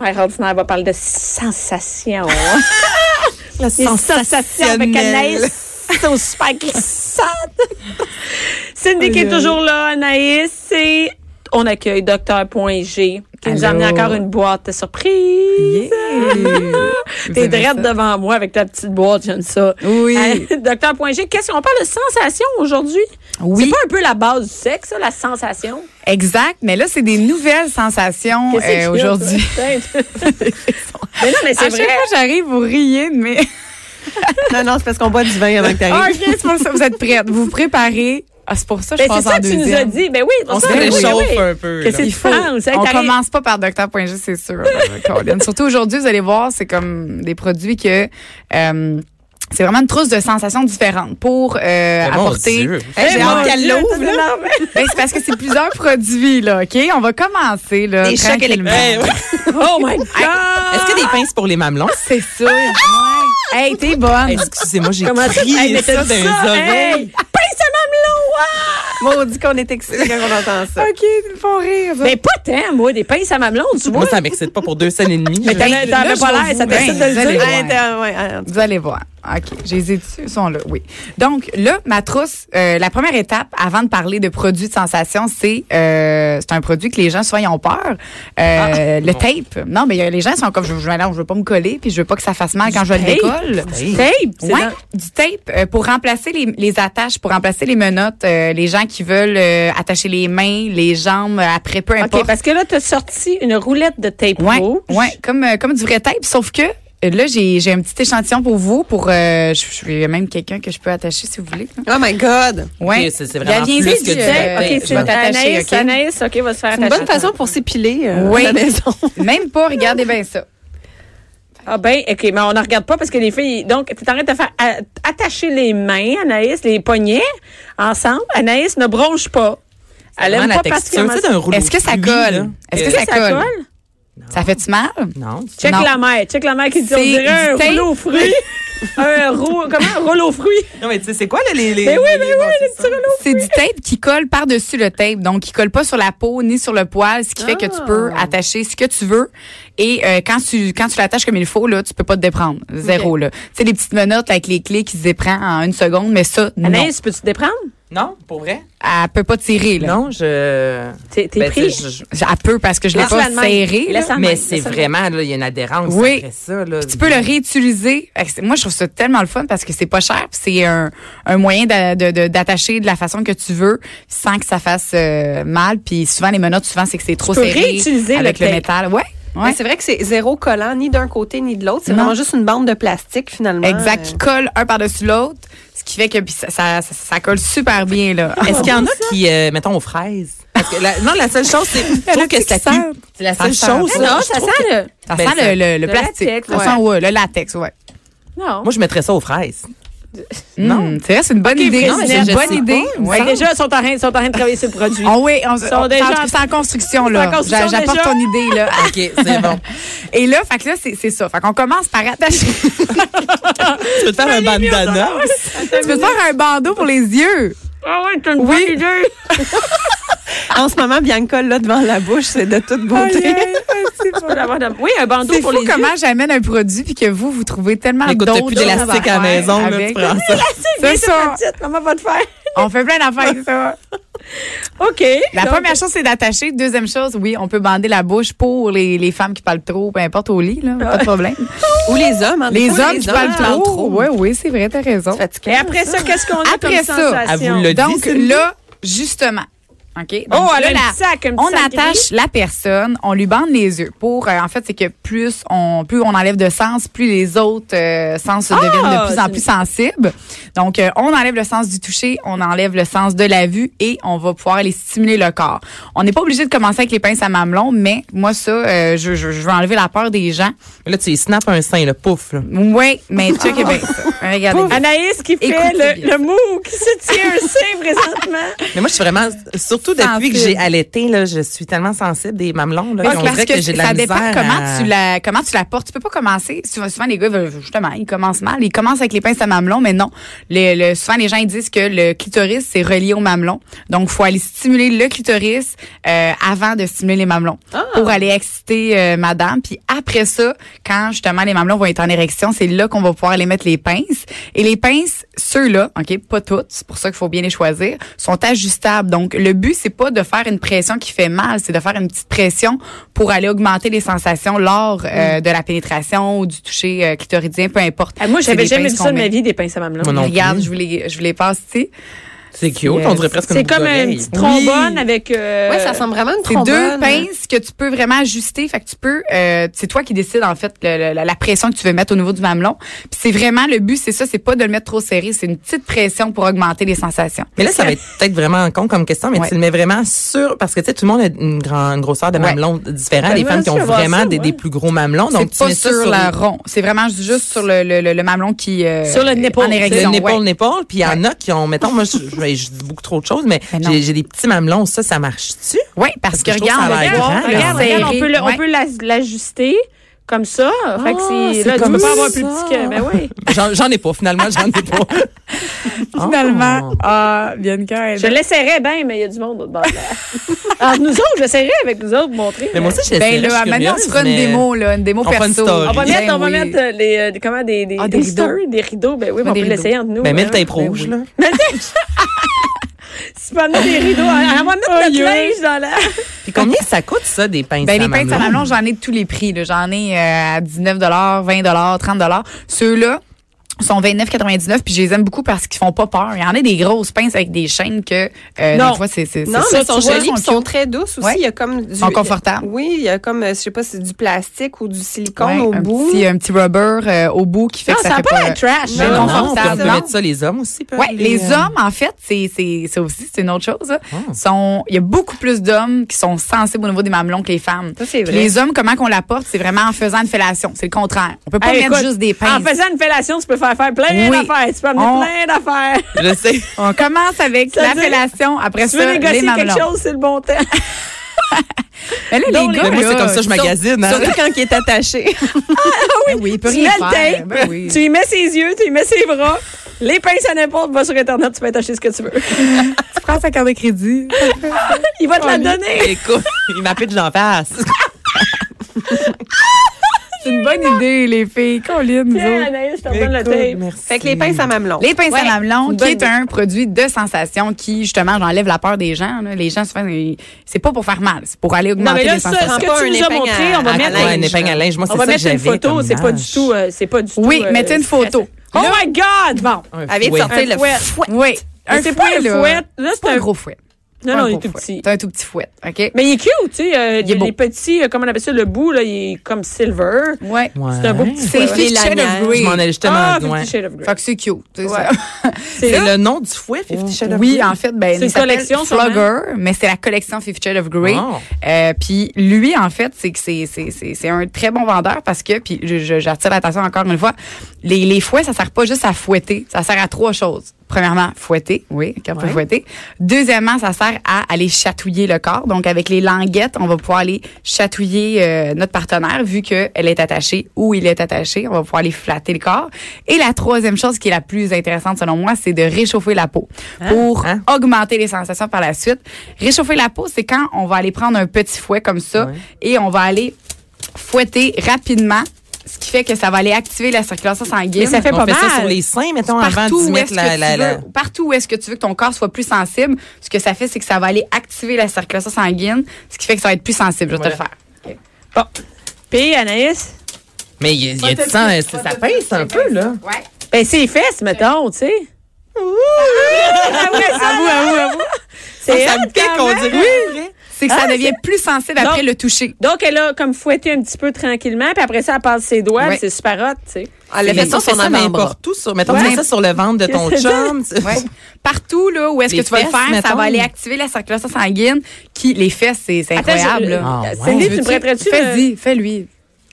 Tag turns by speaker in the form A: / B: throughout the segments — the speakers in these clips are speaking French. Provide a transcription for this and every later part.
A: Mère Ordinaire va parler de sensation.
B: La
A: Des sensations avec Anaïs. C'est super glissante. Cindy qui est
B: Aïe, aïe.
A: toujours là, Anaïs, et on accueille Docteur.g qui nous a
B: Allô.
A: amené encore une boîte de surprise. T'es drette devant moi avec ta petite boîte, j'aime ça.
B: Oui.
A: Docteur.g, qu'est-ce qu'on parle de sensation aujourd'hui?
B: Oui.
A: C'est pas un peu la base du sexe, ça, la sensation?
B: Exact, mais là, c'est des nouvelles sensations
A: Qu'est-ce que
B: euh,
A: tu as,
B: aujourd'hui.
A: toi? mais non, mais
B: À
A: c'est
B: chaque
A: vrai.
B: fois, j'arrive, vous riez, mais.
C: Non, non, c'est parce qu'on boit du vin avant que
B: Ah,
C: t'arrives.
B: OK, c'est pour ça, vous êtes prêtes. Vous vous préparez. Ah, c'est pour ça, je
A: Ben,
B: pense
A: c'est ça
B: en
A: que tu nous as
B: deuxième.
A: dit. Ben oui, c'est pour
C: On se
A: ça, ben oui,
C: réchauffe
A: oui.
C: un peu.
A: Qu'est-ce
C: là.
A: que tu penses? Hey,
B: On
A: t'arrives-
B: commence pas par Docteur.g, c'est sûr. euh, Colin. Surtout aujourd'hui, vous allez voir, c'est comme des produits que. euh, c'est vraiment une trousse de sensations différentes pour euh,
C: mon
B: apporter.
C: Dieu.
B: Eh, j'ai
C: mon
B: hâte
C: Dieu.
B: qu'elle
C: l'ouvre,
A: là.
B: Ben, c'est parce que c'est plusieurs produits, là, OK? On va commencer, là.
C: Des chocs
B: tranquillement.
C: électriques.
A: Oh my
C: Eh,
D: Ah!
A: God!
C: Est-ce que des pinces pour les mamelons?
B: C'est ça. Ouais. Hey, t'es bonne.
C: Excusez-moi, j'ai
A: Comment ça? Hey,
C: crié
A: mais
C: ça
A: t'as dit
C: dans les
A: ça?
C: oreilles.
A: Hey! Pince à mamelon! ah!
C: Maudit qu'on est excité quand on entend ça.
B: OK, tu me font rire.
A: Mais Ben, pas tant, moi, des pinces à mamelon, tu vois.
C: Moi, ça m'excite pas pour deux scènes et demie.
A: Mais
C: Je-
A: t'en
B: Ben,
A: as- t'en
B: là,
A: as
B: je
A: pas
B: vais
A: l'air, ça
B: vous-
A: t'excite de
B: Ben,
A: le
B: vous allez
A: dire.
B: voir.
C: Ah, attends, ouais, ah,
B: Vous allez voir. OK. Je les ai dessus, ils sont là. Oui. Donc, là, ma trousse, euh, la première étape avant de parler de produits de sensation, c'est euh, c'est un produit que les gens, souvent, ils ont peur. Euh, le tape. Non, mais euh, les gens sont comme, je, je, non, je veux pas me coller, puis je veux pas que ça fasse mal quand je le
A: tape?
B: décolle.
C: hey.
A: Tape, c'est
B: Ouais,
A: dans-
B: du tape euh, pour remplacer les, les attaches, pour remplacer les menottes, euh, les gens qui veulent euh, attacher les mains, les jambes, euh, après, peu importe.
A: OK, parce que là, t'as sorti une roulette de tape
B: Ouais,
A: rouge.
B: ouais, comme, euh, comme du vrai tape, sauf que euh, là, j'ai j'ai un petit échantillon pour vous. Pour, euh, je je suis même quelqu'un que je peux attacher si vous voulez. là.
C: Oh my God!
B: Ouais.
C: Ok, c'est-
B: Il y
C: c'est
B: a
C: vraiment
B: rien
C: plus
B: dit,
C: que du
B: euh,
C: vrai tape.
A: OK,
B: je
A: c'est
B: vais t'attacher,
A: Anaïs.
B: OK?
A: Anaïs, OK, va se faire
C: C'est une
A: attacher.
C: bonne façon pour s'épiler euh,
B: Oui.
C: à la maison.
B: Même pas, regardez bien ça.
A: Ah ben, OK, mais on ne regarde pas parce que les filles... Donc, t'es en train de te faire a- attacher les mains, Anaïs, les poignets, ensemble. Anaïs ne bronche pas. Elle aime
C: Vraiment,
A: pas
C: la texture,
A: particulièrement
C: tu sais, d'un rouleau
B: Est-ce que ça
C: de
B: colle?
C: là, Euh,
B: Est-ce
A: Est-ce que ça colle?
B: Ça fait-tu mal?
C: Non.
A: Check
B: Non.
A: la mère, check la mère qui dit on
B: C'est
A: dirait un
B: du tape.
A: rouleau aux fruits. un rouleau, comment un rouleau aux fruits?
C: Non, mais tu sais, c'est quoi, là, les. les
A: Mais oui, mais oui,
C: les
A: les petits rouleaux.
B: C'est du tape qui colle par-dessus le tape, donc qui colle pas sur la peau ni sur le poil, ce qui fait que tu peux attacher ce que tu veux. Et euh, quand tu quand tu l'attaches comme il faut, là, tu peux pas te déprendre. Zéro, là. Tu sais, les petites menottes avec les clés qui se déprend en une seconde, mais ça, non.
A: Anaïs, peux-tu te déprendre?
C: Non, pour vrai?
B: Elle peut pas tirer, là.
C: Non, je.
A: T'es t'es
C: Ben,
A: pris?
C: tu sais, je-
B: Elle peut parce que je l'ai
A: Laisse-la
B: pas
A: de même.
B: serré. là.
A: Ben, Laisse-la de
C: Mais
A: même,
C: c'est
A: laisse-la de
C: vraiment, là, il y a une adhérence
B: Oui.
C: après ça, là.
B: Tu peux le réutiliser. Fait que c'est- Moi, je trouve ça tellement le fun parce que c'est pas cher, puis c'est un, un moyen d'a- de- de- d'attacher de, la façon que tu veux sans que ça fasse euh, mal. Puis souvent les menottes, souvent c'est que c'est trop
A: peux
B: serré
A: réutiliser le
B: avec le,
A: tape.
B: métal. Ouais, ouais.
C: Mais C'est vrai que c'est zéro collant, ni d'un côté ni de l'autre. C'est
B: Non.
C: vraiment juste une bande de plastique, finalement.
B: Exact,
C: Euh,
B: qui colle un par-dessus l'autre, ce qui fait que puis ça, ça, ça- ça colle super bien là.
A: Oh.
C: Est-ce qu'il y en a qui, euh, mettons, aux fraises? Parce que la- non, la seule chose, c'est je trouve que ça
B: petite sœur.
C: pue. C'est la seule
B: Ça sent.
C: chose.
A: Eh
C: là.
A: non,
C: Je
A: ça
C: trouve
A: sent
C: que-
A: le...
B: Ça
C: Ben,
B: sent
C: ça-
B: le, le- le
A: le
B: plastique.
A: latex,
B: ça
A: ouais.
B: sent ouais, le latex, ouais.
A: Non.
C: Moi, je mettrais ça aux fraises.
B: Non, c'est vrai, c'est une bonne idée.
A: Frésinette,
B: C'est une
A: je
B: bonne
A: sais
B: idée.
A: Fait que
B: Ouais.
A: Déjà, ils sont en train ils sont en train de travailler sur le produit.
B: Ah oui, on,
A: Sont
B: on-
A: déjà-
B: c'est en- c'est en construction
A: C'est en
B: là.
A: construction
B: J'a- J'apporte
A: déjà.
B: ton idée là.
C: OK, c'est bon.
B: Et là, fait que là, c'est c'est ça. Fait qu'on commence par attacher. tu
C: tu peux te faire un
B: Ah
C: bandana.
B: peux te faire un bandeau pour les yeux.
A: Ah ouais, t'as une
B: Oui.
A: bonne idée.
C: En ce moment, Bianca, là, devant la bouche, c'est de toute beauté.
A: Faut l'avoir dans- Oui, un bandeau
B: C'est
A: pour
B: fou
A: les yeux.
B: comment j'amène un produit puis que vous, vous trouvez tellement
C: Écoute,
B: d'autres
C: t'as plus d'élastique à
B: choses
C: la maison,
B: faire
C: là, tu
B: avec.
C: prends ça.
B: C'est
A: Viens,
B: ça.
A: c'est petite, Maman va te faire.
B: On fait plein d'affaires avec ça.
A: OK.
B: La
A: Donc,
B: première chose, c'est d'attacher. Deuxième chose, oui, on peut bander la bouche pour les, les femmes qui parlent trop, peu importe, au lit, là, pas de problème.
C: Ou les oh, hommes. hein, des
B: Les
C: fois,
B: hommes qui parlent trop. Oui, oui, c'est vrai, t'as raison.
C: Fatigué.
A: Et après ça, qu'est-ce qu'on a
B: Après
A: comme
B: ça,
A: sensation?
C: à vous le-
B: Donc
C: Dis, Cindy.
B: là, justement, OK?
A: Oh,
B: Donc,
A: elle a
B: là,
A: un petit sac, un petit
B: on
A: sac
B: attache la personne, on lui bande les yeux. Pour, euh, en fait, c'est que plus on, plus on enlève de sens, plus les autres euh, sens
A: Ah,
B: deviennent de plus en
A: c'est-
B: plus sensibles. Donc, euh, on enlève le sens du toucher, on enlève le sens de la vue et on va pouvoir aller stimuler le corps. On n'est pas obligé de commencer avec les pinces à mamelon, mais moi, ça, euh, je, je, je veux enlever la peur des gens.
D: Mais Là, tu snaps un sein, là, pouf. Là.
B: Oui, mais check
A: Ah.
B: eh bien ça. Regardez.
A: Anaïs qui fait
B: Écoutez
A: le, le
B: bien.
A: mou, qui se tient un sein présentement.
D: Mais moi, je suis vraiment, surtout depuis
B: Sensible.
D: que j'ai allaité, là, je suis tellement sensible des mamelons. Là,
B: Ouais,
D: qu'on
B: parce
D: dirait
B: que,
D: que, j'ai de la
B: ça dépend
D: misère
B: comment
D: à-
B: tu la comment tu la portes. Tu peux pas commencer. Souvent, souvent, les gars veulent- justement ils commencent mal. Ils commencent avec les pinces à mamelon, mais non. Le, le- souvent les gens ils disent que le clitoris c'est relié au mamelon, donc faut aller stimuler le clitoris euh, avant de stimuler les mamelons
D: Ah.
B: pour aller exciter euh, madame. Puis après ça, quand justement les mamelons vont être en érection, c'est là qu'on va pouvoir aller mettre les pinces. Et les pinces, ceux-là, ok, pas toutes, c'est pour ça qu'il faut bien les choisir, sont ajustables. Donc le but c'est pas de faire une pression qui fait mal, c'est de faire une petite pression pour aller augmenter les sensations lors euh, de la pénétration ou du toucher euh, clitoridien, peu importe.
A: Mm. Ah, moi,
B: C'est
A: j'avais
B: des
A: jamais
B: pinces
A: vu
B: qu'on
A: ça de ma
B: met.
A: vie, des pinces à mamelon.
D: Moi non
B: Regarde,
D: plus.
B: je vous les je vous les passe ici.
D: C'est cute, on dirait presque
A: C'est
D: une
A: comme
D: boucle
A: une
D: d'oreille.
A: petite trombone avec. euh,
C: Ouais, ça ressemble vraiment à une
B: C'est
C: trombone.
B: deux pinces que tu peux vraiment ajuster. Fait que tu peux, euh, c'est toi qui décides en fait le- le- la, la pression que tu veux mettre au niveau du mamelon. Puis c'est vraiment le but, c'est ça, c'est pas de le mettre trop serré, c'est une petite pression pour augmenter les sensations.
D: Mais là, ça va être peut-être vraiment con comme question, mais
B: Ouais.
D: tu le mets vraiment sur. Parce que, tu sais, tout le monde a une, grand- une grosseur de
B: Ouais.
D: mamelon différente. Les
A: Ben,
D: femmes qui
A: moi,
D: ont
A: je vais voir
D: vraiment
A: ça,
D: des,
A: ouais.
D: des plus gros mamelons. Donc,
B: c'est
D: tu
B: pas
D: mets
B: sur,
D: ça sur
B: la
D: le-
B: ronde, c'est vraiment juste sur le, le, le- le mamelon qui euh,
A: Sur le nipple,
B: en érection.
D: le nipple,
B: ouais.
D: nipple. Puis il y en a qui ont, mettons, moi, je, je- je dis beaucoup trop de choses, mais
B: Ben non.
D: j'ai j'ai des petits mamelons. Ça, ça marche-tu?
B: Ouais, parce,
D: Parce que
B: que,
D: je trouve
B: regarde,
D: ça a l'air
B: regarde,
D: grand, là.
B: regarde,
A: Ah, regarde, on
B: serré,
A: peut le-
B: ouais.
A: on peut l'as- l'ajuster comme ça.
B: Ah,
A: fait que c'est.
D: c'est
A: Là, tu
D: comme
A: peux pas
D: ça.
A: avoir plus petit que. Ben oui.
D: J'en j'en ai pas, finalement, j'en ai pas.
B: Finalement,
D: Oh.
B: ah, Bianca, elle-
A: Je l'essayerais bien, mais il y a du monde au bord. de la- Alors, nous autres, je l'essayerais avec nous autres pour montrer.
D: Mais moi aussi, j'ai
B: Ben là, maintenant, tu feras une démo, là, une démo
D: On fera une
B: perso.
D: story.
A: on va
D: Ben
A: mettre, on va
B: oui.
A: mettre euh, les, euh, des- comment, des, des,
B: Ah, des rideaux.
A: stars, des rideaux. Ben oui, mais on
B: des
A: peut
B: rideaux.
A: l'essayer entre nous.
D: Ben, mets le
A: hein.
D: tape rouge, là.
A: Si on a des rideaux, Ah, on va mettre notre
B: Oh,
A: linge dans la.
D: Puis combien ça coûte, ça, des pinces
B: Ben,
D: à
B: les pinces à
D: mamelon?
B: mamelon, j'en ai de tous les prix. là. J'en ai euh, à 19 20 30 Ceux-là sont 29,99 puis je les aime beaucoup parce qu'ils font pas peur. Il y en a des grosses pinces avec des chaînes que euh,
A: Non.
B: des fois c'est c'est
C: Non,
B: c'est ça,
C: mais
B: tu
C: ils sont
B: vois,
C: jolies,
B: ils
C: ils
B: sont
C: sont très douces aussi.
B: Ouais.
C: Il y a comme du,
B: Sont confortables.
C: Oui, il y a comme, euh, je sais pas, si c'est du plastique ou du
B: cute.
C: silicone
B: Ouais,
C: au
B: un
C: bout.
B: petit un petit rubber euh, au bout qui fait
A: Non,
B: que ça,
A: ça a
B: fait
A: pas l'air trash.
B: Ben,
C: hein.
B: non,
D: Non, non, puis on
B: confortable,
D: peut
B: non.
D: mettre ça, les hommes aussi. peuvent,
B: Ouais, les
D: euh,
B: hommes en fait, c'est c'est ça aussi c'est une autre chose. là. Sont il y a beaucoup plus d'hommes qui sont sensibles au niveau des mamelons que les femmes.
C: Ça, c'est
B: Puis
C: vrai.
B: Les hommes comment qu'on la porte, c'est vraiment en faisant une fellation, c'est le contraire. On peut pas
A: Hey,
B: mettre
A: écoute,
B: juste des pinces.
A: En faisant une fellation, tu peux faire faire plein
B: Oui.
A: d'affaires. Tu peux amener
B: On-
A: plein d'affaires.
D: Je sais.
B: On commence avec
A: Ça veut dire-
B: l'appellation, après
A: Tu
B: ça,
A: veux négocier
B: euh, les mamelons.
A: quelque chose, c'est le bon temps.
B: Mais là, les
A: Dont les
B: gars,
D: Mais moi, c'est
B: là,
D: comme ça, je
B: ils sont-
D: magasine. hein.
C: Surtout quand il est attaché.
B: Ben oui, il peut
A: Ah, Tu
B: rien
A: mets le
B: faire.
A: tape,
B: Ben oui.
A: tu y mets ses yeux, tu y mets ses bras. Les pinces à n'importe, va sur Internet, tu peux t'acheter ce que tu veux.
B: Tu prends sa carte de crédit.
A: Il va te
B: Oh,
A: la donner.
D: Écoute, il m'appelle de j'en face.
B: C'est une bonne idée, les filles. Colline, nous
A: Tiens,
B: autres.
A: Anaïs, je te redonne le tape.
C: fait que les pinces à mamelon.
B: Les pinces
A: Ouais,
B: à mamelon,
A: c'est une
B: qui
A: bonne
B: est
A: idée.
B: un produit de sensation qui, justement, j'enlève la peur des gens. là. Les gens, souvent, ils- c'est pas pour faire mal, c'est pour aller
A: Non, mais
B: augmenter
A: là,
B: les
A: ça,
B: sensations.
A: ce
C: Pas
A: que tu
C: une
A: nous as
C: épingle
A: montré,
C: à-
A: on va
C: à
D: Ah,
A: mettre
D: ouais, une épingle à linge. Moi,
A: on va
D: c'est ça que
A: mettre une
D: j'avais
A: photo.
D: comme
A: C'est pas
D: image.
A: du tout. euh, c'est pas du tout.
B: Oui,
A: euh,
B: mettez une photo.
A: Oh my God! Bon.
D: Un
C: Elle vient de
D: fouet.
C: sortir le
A: fouet.
C: fouet.
B: Oui.
A: Mais c'est pas un
B: là.
A: fouet. Là,
B: C'est pas un gros fouet. C'est
A: Non,
B: pas
A: non,
B: un
A: il est
B: gros
A: tout
B: fouet.
A: petit.
B: C'est un tout petit fouet. OK?
A: Mais il est cute, tu sais. euh,
B: Il est beau.
A: les petits, euh, comment on appelle ça, le bout, là, il est comme silver.
B: Ouais.
A: C'est un beau
D: Ouais.
A: petit fouet.
B: C'est Fifty Shades of
C: lanières.
D: Je
B: Grey.
D: m'en allais justement.
A: Ah,
D: ouais.
A: Fifty Shade of Grey.
B: Fait que c'est cute. c'est
A: Ouais.
B: ça.
A: C'est
D: C'est
A: là.
D: le nom du fouet,
B: Oh.
D: Fifty Shades of
B: Oui,
D: Grey?
B: en fait, ben,
A: C'est
B: il
A: une
B: s'appelle
A: collection, sûrement.
B: Flogger, mais c'est la collection Fifty Shades of Grey.
D: Oh.
B: Euh, puis lui, en fait, c'est que c'est c'est c'est c'est un très bon vendeur parce que puis je- je- j'attire l'attention encore une fois. Les les fouets, ça sert pas juste à fouetter, ça sert à trois choses. Premièrement, fouetter, oui, qu'on peut
D: Ouais.
B: fouetter. Deuxièmement, ça sert à aller chatouiller le corps. Donc avec les languettes, on va pouvoir aller chatouiller euh, notre partenaire vu que elle est attachée ou il est attaché, on va pouvoir aller flatter le corps. Et la troisième chose qui est la plus intéressante selon moi, c'est de réchauffer la peau pour
D: Hein?
B: augmenter les sensations par la suite. Réchauffer la peau, c'est quand on va aller prendre un petit fouet comme ça
D: Ouais.
B: et on va aller fouetter rapidement, ce qui fait que ça va aller activer la circulation sanguine.
A: Mais ça fait
D: On
A: pas
D: fait
A: mal.
D: ça sur les seins, mettons, avant
B: Partout
D: d'y
B: où, est-ce
D: mettre
B: que
D: la.
B: tu
D: la- la-
B: veux, partout où est-ce que tu veux que ton corps soit plus sensible, ce que ça fait, c'est que ça va aller activer la circulation sanguine, ce qui fait que ça va être plus sensible. Je vais te le
D: Voilà.
B: faire.
A: Bon. Puis, Anaïs,
D: Mais il y a- il y a du sang, euh, ça pince un peu, là.
B: Ouais.
A: ben, ses fesses, mettons, tu sais. Ah oui, ça, là.
B: Avoue, avoue, avoue.
A: Ses C'est
D: ça
A: hot,
D: me pique,
A: quand
D: on
A: même.
D: dirait.
B: C'est que ça devient plus sensible après
A: Ah Donc-
B: le toucher.
A: Donc, elle a comme fouetté un petit peu tranquillement, puis après ça, elle passe ses doigts,
B: Ouais.
A: puis c'est super hot, tu sais.
D: Elle a
E: Mais
D: fait ça
E: on fait
D: sur
E: ça
D: son
E: n'importe
D: n'importe où. Sur, mettons,
A: Ouais.
D: tu fais ça sur le ventre de ton
A: Qu'est-ce que
D: chum. tu-
B: Ouais. Partout là où est-ce
D: Les
B: que tu vas le
D: fesses,
B: faire, ça
D: mettons.
B: va aller activer la circulation sanguine qui les fesses c'est c'est
A: Attends,
B: incroyable.
A: je- euh,
B: là.
D: Ah, ouais.
A: Cindy,
B: Tu
A: tu me
B: veux-tu-
A: prêterais-tu?
B: Fais-y, fais-lui.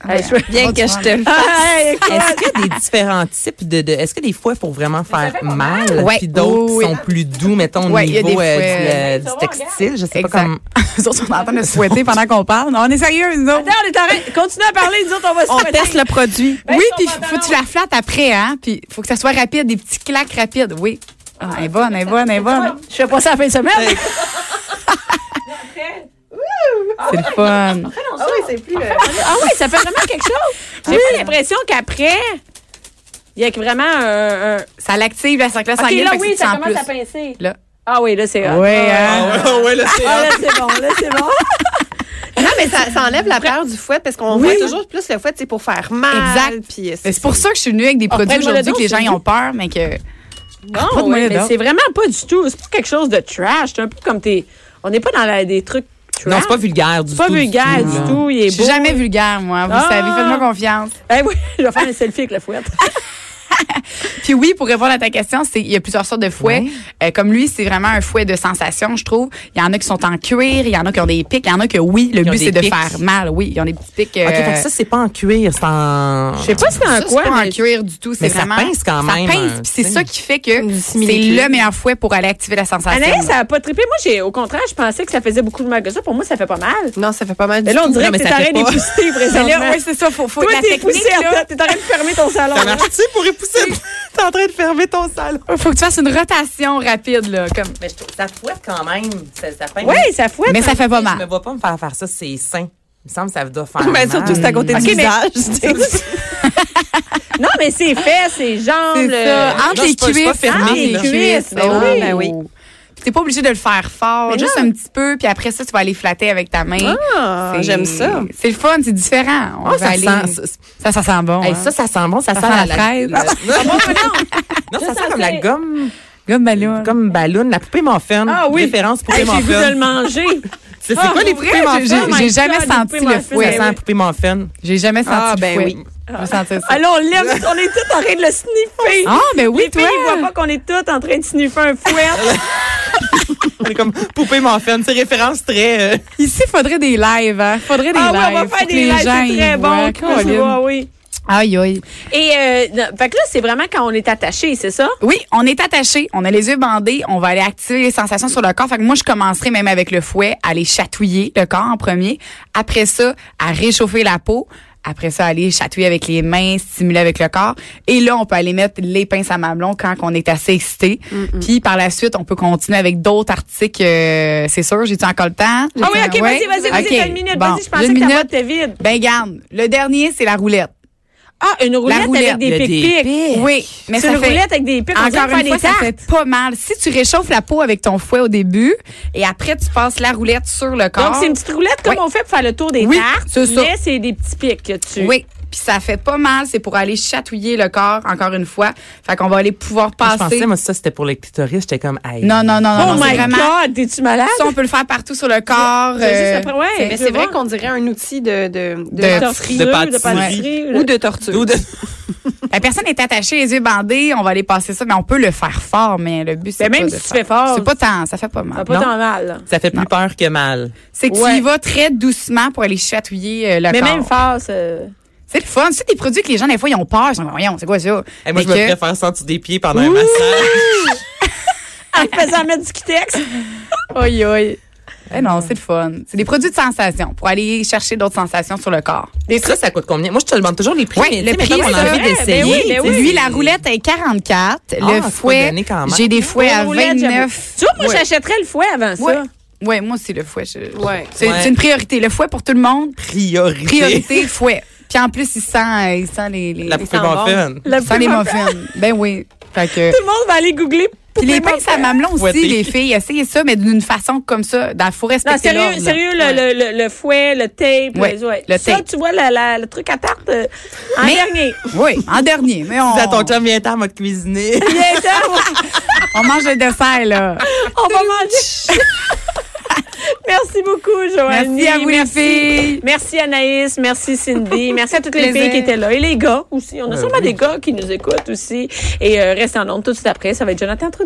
A: Hey, je veux-
C: Bien
B: Bon,
C: que
B: tu
C: je
B: vas-
C: te le fasse.
A: Ah, hey, écoute.
D: Est-ce qu'il y a des différents types de, de- Est-ce que des fouets faut vraiment faire mal,
B: Ouais.
D: puis d'autres
B: Oui, oui.
D: qui sont plus doux, mettons, au
B: Ouais, il y a
D: niveau
B: des
D: euh,
B: fouets-
D: du, euh, du
A: Ça va,
D: textile? Je sais
B: Exact.
D: pas comment.
B: Surtout, on est en train de se souhaiter pendant qu'on parle. Non, on est sérieux, non?
A: Attends, on est en train- Continue à parler, nous autres, on va se
C: On
A: fouetter.
C: teste le produit.
A: Ben,
B: oui,
A: ton
B: puis
A: pantalon.
B: faut que tu la flattes après, hein? Puis faut que ça soit rapide, des petits claques rapides. Oui. Ah, elle est bonne, elle est bonne, elle est bonne.
A: Je fais pas ça la fin de semaine.
B: C'est le fun.
C: euh,
A: Ah oui, ça fait vraiment quelque chose. J'ai pas l'impression qu'après, il y a vraiment un. un-
B: Ça l'active, la circulation
A: OK,
B: sanguine.
A: là,
B: fait que
A: oui,
B: tu
A: ça
B: sens
A: commence
B: plus.
A: à pincer.
B: Là.
A: Ah oui, là, c'est hot.
B: Ouais,
A: Ah,
B: hein?
D: ouais, là, c'est
A: là, c'est bon, là, c'est bon.
C: Non, mais ça, ça enlève la peur du fouet parce qu'on voit toujours plus le fouet tu sais, pour faire mal.
B: Exact.
C: Puis, euh,
B: Mais c'est pour ça que je suis venue avec des produits
A: prête-moi Oh, le
B: aujourd'hui
A: dos,
B: que les gens
A: c'est
B: y ont peur, mais que.
A: Non,
B: pas de
A: Ah ouais,
B: moyen
A: mais
B: d'or.
A: c'est vraiment pas du tout. C'est pas quelque chose de trash. C'est un peu comme t'es. On n'est pas dans la- des trucs trash.
D: Non, c'est pas vulgaire du
A: C'est pas
D: tout.
A: vulgaire du
D: là.
A: tout. Il
B: Je
A: est beau.
B: suis jamais vulgaire, moi. Vous
A: Ah!
B: savez, faites-moi confiance.
A: Eh oui, je vais faire un selfie avec la fouette.
B: Puis oui, pour répondre à ta question, c'est il y a plusieurs sortes de fouets. Euh, comme lui, c'est vraiment un fouet de sensation, je trouve. Il y en a qui sont en cuir, il y en a qui ont des pics, il y en a que oui, le
D: Ils ont
B: but
D: des
B: c'est de
D: pics.
B: faire mal. Oui, ils ont des petits pics.
D: OK,
B: euh,
D: fait que ça, c'est pas en cuir, c'est en.
A: Je sais pas si c'est
B: ça,
A: en
B: c'est
A: quoi.
B: pas
A: mais-
B: en cuir du tout, c'est
D: Mais ça
B: vraiment
D: pince quand même,
B: Ça pince,
D: hein,
B: puis c'est
D: tu sais.
B: ça qui fait que
C: Une
B: c'est
C: similitude.
B: le meilleur fouet pour aller activer la sensation.
A: Anaïs,
B: là.
A: ça a pas trippé. Moi, j'ai, au contraire, je pensais que ça faisait beaucoup de mal que ça. Pour moi, ça fait pas mal.
C: Non, ça fait pas mal du
A: Mais là, on
C: tout.
A: dirait
D: Non, mais
A: que t'es
D: ça
A: en train
D: fait pas.
A: d'épousseter
B: Mais là,
A: présentement.
B: oui, c'est ça, faut, faut
A: Toi,
B: la
A: t'es
B: technique.
A: poussière,
B: là.
A: t'es en train de fermer ton salon.
D: Ça
A: là.
D: marche-tu pour épousser? T'es en train de fermer ton salon.
B: Faut que tu fasses une rotation rapide là, comme.
D: Mais je trouve ça fouette quand même. Ça, ça fait-
A: Oui, ça fouette.
B: Mais ça fait pas
D: Je me
B: mal.
D: vois pas me faire faire ça, c'est sain. Il me semble que ça doit faire
C: Mais
D: mal.
C: surtout, c'est à côté
A: Ok,
C: du
A: mais-
C: visage. tu sais.
A: Non, mais c'est fait, c'est jambes.
B: C'est
A: le-
B: ça.
D: Non,
B: Entre
D: je
B: les
D: suis pas- je
B: cuisses,
D: suis pas
B: entre
D: fermée,
B: les
D: là.
B: cuisses.
A: Ben oui,
B: oh.
A: ben
C: oui.
B: Puis T'es pas obligé de le faire fort,
A: Mais
B: juste
A: non.
B: un petit peu, puis après ça, tu vas aller flatter avec ta main.
C: Ah,
B: C'est-
C: J'aime ça.
B: C'est le fun, c'est différent. On
D: Ah,
B: va
D: ça
B: aller-
D: sent- ça-
B: ça, ça sent bon.
D: Hey,
B: hein.
D: ça, ça sent bon, ça,
B: Ça
D: sent,
B: sent
D: la,
B: la fraise.
D: la- non, ça sent comme la gomme,
B: Gomme ballon.
D: comme ballon, la poupée morphine.
A: Ah oui.
D: Référence poupée
A: Hey, j'ai vu de le
D: morphine.
A: manger.
D: C'est c'est
A: Ah,
D: quoi les
A: pour
D: poupées
A: vrai, j'ai-
D: morphines?
A: Oh my
B: J'ai jamais
A: God,
B: senti
A: une
B: le
A: poupée
D: Ça
B: fouet.
D: sent la poupée morphine.
B: J'ai jamais senti
C: Ah,
B: le
C: ben
B: fouet.
C: oui.
B: Je vais sentir ça.
A: Alors, on l'aime, on est tous en train de le sniffer.
B: Ah, ben
A: Les
B: oui,
A: filles,
B: toi.
A: ils voient pas qu'on est tous en train de sniffer un fouet.
D: On est comme poupée morphine. C'est référence très. euh,
B: Ici, faudrait des lives. Hein. Faudrait des
A: ah
B: lives.
A: ouais, on va
B: Faut
A: faire
B: que
A: des
B: les
A: lives,
B: gens
A: c'est
B: y
A: très bon.
B: voient.
A: Chris,
B: Colin.
A: ouais, oui.
B: Aïe, aïe.
A: Et, euh, non, fait que là, c'est vraiment quand on est attaché, c'est ça?
B: Oui, on est attaché, on a les yeux bandés, on va aller activer les sensations sur le corps. Fait que moi, je commencerai même avec le fouet, à aller chatouiller le corps en premier. Après ça, à réchauffer la peau. Après ça, aller chatouiller avec les mains, stimuler avec le corps. Et là, on peut aller mettre les pinces à mamelon quand on est assez excité. Puis par la suite, on peut continuer avec d'autres articles. euh, c'est sûr, j'ai-tu encore le temps?
A: Ah oui,
B: J'ai-tu-
A: OK, vas-y, vas-y, vas-y,
B: OK,
A: t'as une minute.
B: bon,
A: vas-y, je
B: j'ai
A: pensais
B: une
A: que ta
B: minute.
A: boîte était vide.
B: Ben garde, le dernier, c'est la roulette.
A: Ah, une roulette,
B: roulette,
A: avec des
D: il y a des
A: pics-pics.
B: Oui, mais
A: Eh, C'est
B: ça
A: une
B: fait-
A: roulette avec des pics. on dirait
B: Encore
A: faire
B: une
A: des
B: fois, ça
A: tartes.
B: fait pas mal. Si tu réchauffes la peau avec ton fouet au début et après tu passes la roulette sur le corps.
A: Donc, c'est une petite roulette comme
B: Oui.
A: on fait pour faire le tour des
B: Oui,
A: tartes.
B: c'est ça.
A: Mais c'est des petits pics que tu.
B: Oui, puis ça fait pas mal, c'est pour aller chatouiller le corps encore une fois. Fait qu'on va aller pouvoir
D: Je
B: passer.
D: pensais, moi, ça, c'était pour les clitoris. J'étais comme, hey.
B: non non non non,
A: Oh
B: non, c'est
A: my
B: vraiment
A: God, t'es-tu malade?
B: ça on peut le faire partout sur le corps.
A: C'est
B: euh,
A: juste après, ouais,
C: Mais
A: je
C: c'est vrai
A: vois.
C: qu'on dirait un outil de, de, de,
B: De-
A: Tortureux,
D: de
A: de
D: pâtisserie.
A: pâtisserie.
C: ou de torture.
D: Ou de-
B: la personne est attachée, les yeux bandés, on va aller passer ça mais on peut le faire fort mais le but c'est
A: Mais
B: pas
A: Ben, même
B: de
A: si tu
B: faire-
A: fais fort,
B: c'est pas tant, ça fait pas mal.
A: t'as Ah, pas
D: Non.
A: tant mal. là.
D: Ça fait plus peur que mal.
B: C'est que tu
A: Ah, Ouais.
B: y vas très doucement pour aller chatouiller euh, le
A: Mais
B: corps.
A: même euh, fort, c'est-
B: C'est le fun. C'est des produits que les gens, des fois, ils ont peur. Ils sont comme, voyons, c'est quoi ça?
D: Hey, Eh,
B: Mais
D: moi, je me
B: que-
D: préfère sentir des pieds pendant un massage.
A: en faisant mettre du kitex.
B: Aïe, aïe. Eh non, c'est le fun. C'est des produits de sensation pour aller chercher d'autres sensations sur le corps.
D: ça, ça coûte combien? Moi, je te demande toujours les prix.
B: Ouais,
D: mais tu
B: le
D: sais,
B: prix,
D: mettons, on
B: ça, Eh,
D: a envie
A: ouais,
D: d'essayer.
A: ben oui, ben
D: tu sais. Ah,
A: oui.
B: Lui, la roulette est 44.
D: c'est
B: le
D: pas
B: fouet,
D: donné quand même.
B: j'ai des fouets à
A: Une roulette, j'aime-
B: 29.
A: Tu vois, moi,
B: Ouais.
A: j'achèterais le fouet avant ça.
B: Ouais. Ouais, moi aussi, le fouet. je-
C: Ouais.
B: C'est
D: Ouais.
B: c'est une priorité. Le fouet pour tout le monde.
D: Priorité.
B: Priorité, fouet. Puis en plus, il sent, euh, il sent les, les,
D: La
B: il
D: poupée
C: sent bon.
D: morphine.
A: La
B: sent les
A: première-
B: muffins. ben oui. Fait que,
A: Tout le monde va aller googler
B: Puis les pinces à mamelon aussi,
D: Ouaté.
B: les filles, essayez ça, mais d'une façon comme ça, dans faut respecter
A: Non, sérieux,
B: l'ordre, là.
A: sérieux, le, le- le- le fouet, le tape,
B: Ouais,
A: les- ouais.
B: le
A: ça,
B: tape.
A: tu vois, la- la- le truc à tarte euh, en dernier.
B: Oui, en dernier. Mais on,
D: Dis à ton chum, viens t'en, m'a cuisiner.
B: on mange le dessert, là.
A: On va manger. merci beaucoup, Joanie.
B: Merci à vous, les filles.
A: Merci Anaïs, merci Cindy, merci à toutes les
B: Plaisir.
A: filles qui étaient là et les gars aussi. On a sûrement des gars qui nous écoutent aussi. Et euh, restez en nombre tout de suite après. Ça va être Jonathan Trudeau.